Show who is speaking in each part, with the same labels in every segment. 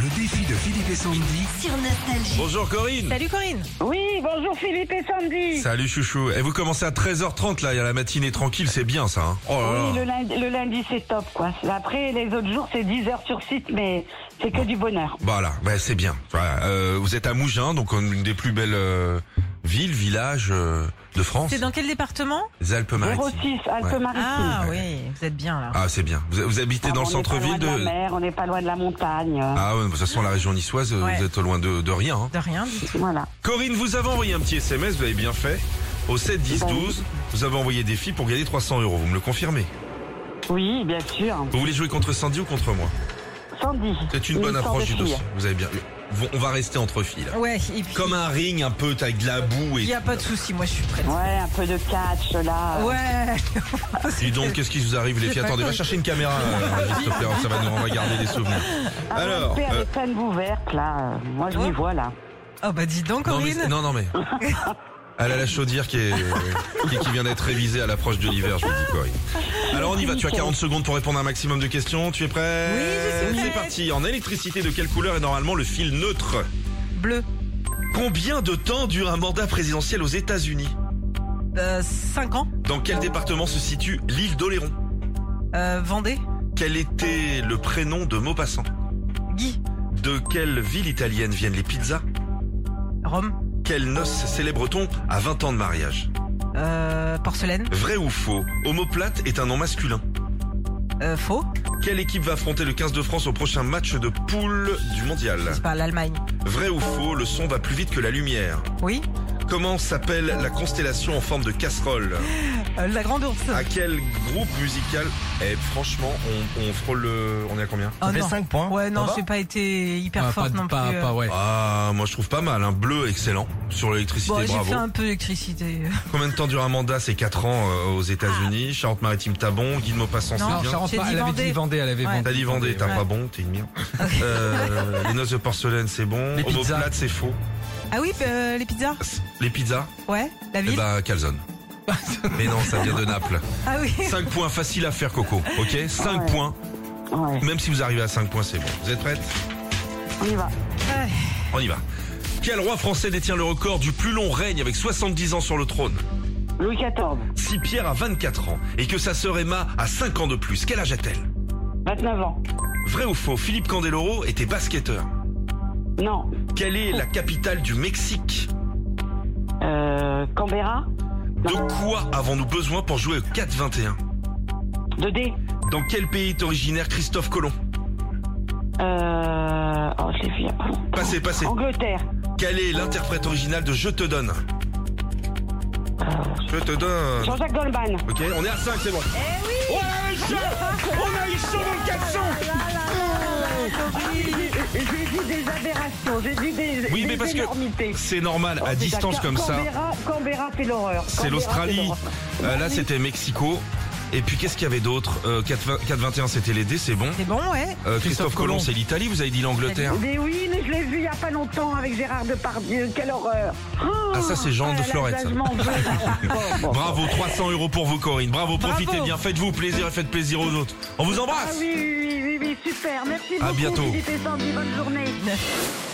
Speaker 1: Le défi de Philippe et Sandy.
Speaker 2: sur Nostalgie.
Speaker 1: Bonjour Corinne.
Speaker 3: Salut Corinne
Speaker 4: Oui, bonjour Philippe et Sandy.
Speaker 1: Salut chouchou. Et vous commencez à 13h30 là, il y a la matinée tranquille, c'est bien ça. hein. oh là
Speaker 4: Oui,
Speaker 1: là.
Speaker 4: le lundi, le lundi, c'est top, quoi. Après, les autres jours, c'est 10 heures sur site, mais c'est que du bonheur.
Speaker 1: Voilà, ouais, Bah, c'est bien. Voilà, euh, vous êtes à Mougins, donc une des plus belles euh, villes, villages euh, de France.
Speaker 3: C'est dans quel département
Speaker 1: Les Alpes-Maritimes.
Speaker 4: 06, Alpes-Maritimes.
Speaker 3: Ah oui, vous êtes bien là.
Speaker 1: Ah c'est bien. Vous, vous habitez
Speaker 4: Ah,
Speaker 1: dans le
Speaker 4: on est pas
Speaker 1: centre-ville
Speaker 4: loin
Speaker 1: de...
Speaker 4: la mer, on n'est pas loin de la montagne.
Speaker 1: Ah ouais, de toute façon la région niçoise, euh,
Speaker 3: Ouais.
Speaker 1: vous êtes loin de, de rien. hein.
Speaker 3: De rien du tout.
Speaker 4: Voilà.
Speaker 1: Corinne, vous avez envoyé un petit SMS, vous avez bien fait. Au 7 10 12, vous avez envoyé des filles pour gagner 300 euros. Vous me le confirmez
Speaker 4: Oui, bien sûr.
Speaker 1: Vous voulez jouer contre Sandy ou contre moi
Speaker 4: Sandy.
Speaker 1: C'est une bonne
Speaker 4: histoire
Speaker 1: approche du
Speaker 4: de
Speaker 1: dossier.
Speaker 4: fille.
Speaker 1: Vous avez bien. Vous- On va rester entre filles. là.
Speaker 3: Ouais, et puis
Speaker 1: Comme un ring un peu avec de la boue
Speaker 3: il
Speaker 1: et.
Speaker 3: n'y a pas de souci, moi je suis prête.
Speaker 4: Ouais, un peu de catch, là.
Speaker 3: Ouais,
Speaker 1: Dis donc, qu'est-ce qui vous arrive les
Speaker 3: J'ai
Speaker 1: filles
Speaker 3: pas
Speaker 1: Attendez, va
Speaker 3: compris.
Speaker 1: chercher une caméra, euh, s'il te plaît, ça va nous on va garder des souvenirs. Alors,
Speaker 3: Ah
Speaker 4: Alors,
Speaker 1: euh,
Speaker 4: avec scène ouverte, là. euh, Moi, je m'y
Speaker 3: Oh.
Speaker 4: vois, là.
Speaker 3: Oh bah dis donc
Speaker 1: non mais,
Speaker 3: Corinne
Speaker 1: non, non, mais. Elle a la chaudière qui, est, qui, qui vient d'être révisée à l'approche de l'hiver, je vous le dis Corinne. Alors on y va, tu as 40 secondes pour répondre à un maximum de questions, tu es prêt
Speaker 3: Oui, je suis
Speaker 1: C'est
Speaker 3: prête.
Speaker 1: parti, en électricité de quelle couleur est normalement le fil neutre
Speaker 3: Bleu,
Speaker 1: Combien de temps dure un mandat présidentiel aux états unis
Speaker 3: euh, 5 ans,
Speaker 1: Dans quel département se situe l'île d'Oléron
Speaker 3: euh, Vendée,
Speaker 1: Quel était le prénom de Maupassant
Speaker 3: Guy,
Speaker 1: De quelle ville italienne viennent les pizzas
Speaker 3: Rome,
Speaker 1: Quelle noce célèbre-t-on à 20 ans de mariage
Speaker 3: euh, Porcelaine,
Speaker 1: Vrai ou faux Homoplate est un nom masculin.
Speaker 3: euh, Faux,
Speaker 1: Quelle équipe va affronter le 15 de France au prochain match de poule du mondial
Speaker 3: c'est pas l'Allemagne.
Speaker 1: Vrai ou faux Le son va plus vite que la lumière.
Speaker 3: Oui,
Speaker 1: Comment s'appelle la constellation en forme de casserole
Speaker 3: euh, la Grande Ourse.
Speaker 1: À quel groupe musical Eh franchement, on, on frôle le... On est à combien
Speaker 3: Oh,
Speaker 5: Ça fait
Speaker 3: non.
Speaker 5: 5 points.
Speaker 3: Ouais, non,
Speaker 5: Ça va
Speaker 3: j'ai pas été hyper
Speaker 5: Ah, pas-
Speaker 3: forte non
Speaker 5: pas-
Speaker 3: plus. euh.
Speaker 5: pas- ouais.
Speaker 1: Ah, moi je trouve pas mal. Un bleu excellent sur l'électricité,
Speaker 3: Bon, j'ai
Speaker 1: bravo.
Speaker 3: fait un peu d'électricité.
Speaker 1: Combien de temps dure un mandat C'est 4 ans euh, aux États-Unis. Charente-Maritime, t'as bon. Guy de Maupassant,
Speaker 3: Ah. Non,
Speaker 1: c'est
Speaker 5: Non,
Speaker 1: bien.
Speaker 5: Charente,
Speaker 3: J'ai dit
Speaker 5: elle avait
Speaker 3: Vendée.
Speaker 5: dit Vendée, elle avait
Speaker 3: Ouais.
Speaker 5: Vendée.
Speaker 1: T'as dit Vendée, t'as
Speaker 3: Ouais.
Speaker 1: pas bon, t'es une merde. Euh, les noces de porcelaine, c'est bon.
Speaker 5: Les pizzas.
Speaker 1: Homoplate, c'est faux.
Speaker 3: Ah oui, euh, les pizzas
Speaker 1: Les pizzas
Speaker 3: Ouais, la
Speaker 1: Eh
Speaker 3: ville
Speaker 1: bah, calzone. Mais non, ça vient de Naples.
Speaker 3: Ah oui
Speaker 1: 5 points, facile à faire, Coco. Ok 5
Speaker 4: Ouais.
Speaker 1: points.
Speaker 4: Ouais,
Speaker 1: Même si vous arrivez à 5 points, c'est bon. Vous êtes prêtes
Speaker 4: on y va.
Speaker 3: Ouais.
Speaker 1: On y va. Quel roi français détient le record du plus long règne avec 70 ans sur le trône
Speaker 4: Louis XIV,
Speaker 1: Si Pierre a 24 ans et que sa sœur Emma a 5 ans de plus, quel âge a-t-elle
Speaker 4: 29 ans.
Speaker 1: Vrai ou faux, Philippe Candeloro était basketteur.
Speaker 4: Non.
Speaker 1: Quelle est la capitale du Mexique
Speaker 4: Euh, Canberra,
Speaker 1: De quoi avons-nous besoin pour jouer au 4-21
Speaker 4: 2D.
Speaker 1: Dans quel pays est originaire Christophe Colomb
Speaker 4: Euh... Oh, je l'ai vu.
Speaker 1: Passez, passez.
Speaker 4: Angleterre.
Speaker 1: Quel est l'interprète original de Je te donne
Speaker 4: Euh,
Speaker 1: Je te donne.
Speaker 4: Jean-Jacques Goldman.
Speaker 1: Ok, on est à 5, c'est bon. Eh oui On a eu 400
Speaker 4: J'ai vu des aberrations, j'ai vu des,
Speaker 1: Oui,
Speaker 4: des
Speaker 1: mais parce que
Speaker 4: énormités.
Speaker 1: c'est normal, à
Speaker 4: Oh,
Speaker 1: distance
Speaker 4: putain,
Speaker 1: comme ça,
Speaker 4: Canberra, Canberra fait l'horreur.
Speaker 1: c'est
Speaker 4: Canberra fait
Speaker 1: l'Australie.
Speaker 4: l'horreur.
Speaker 1: Euh, là,
Speaker 4: Oui.
Speaker 1: c'était Mexico. Et puis, qu'est-ce qu'il y avait d'autre euh, 4 4-21, c'était les dés, c'est bon.
Speaker 3: C'est bon, ouais.
Speaker 1: Euh, Christophe
Speaker 5: Christophe
Speaker 1: Colomb,
Speaker 5: Colomb.
Speaker 1: c'est l'Italie, vous avez dit l'Angleterre.
Speaker 4: Mais oui, mais je l'ai vu il y a pas longtemps avec Gérard Depardieu. Quelle horreur.
Speaker 1: Ah, ça, c'est Jean
Speaker 4: Ah,
Speaker 1: de
Speaker 4: là,
Speaker 1: Florette,
Speaker 4: là,
Speaker 1: ça.
Speaker 4: je m'en veux. Bon, bon.
Speaker 1: Bravo, 300 euros pour vous, Corinne. Bravo,
Speaker 3: Bravo.
Speaker 1: profitez bien, faites-vous plaisir et faites plaisir aux autres. On vous
Speaker 4: Ah
Speaker 1: embrasse
Speaker 4: oui, oui, oui, oui, oui, super. Merci
Speaker 1: À
Speaker 4: beaucoup.
Speaker 1: bientôt.
Speaker 4: Philippe et Sandy, bonne journée.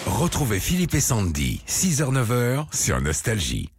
Speaker 6: Retrouvez Philippe et Sandy, 6h-9h sur Nostalgie.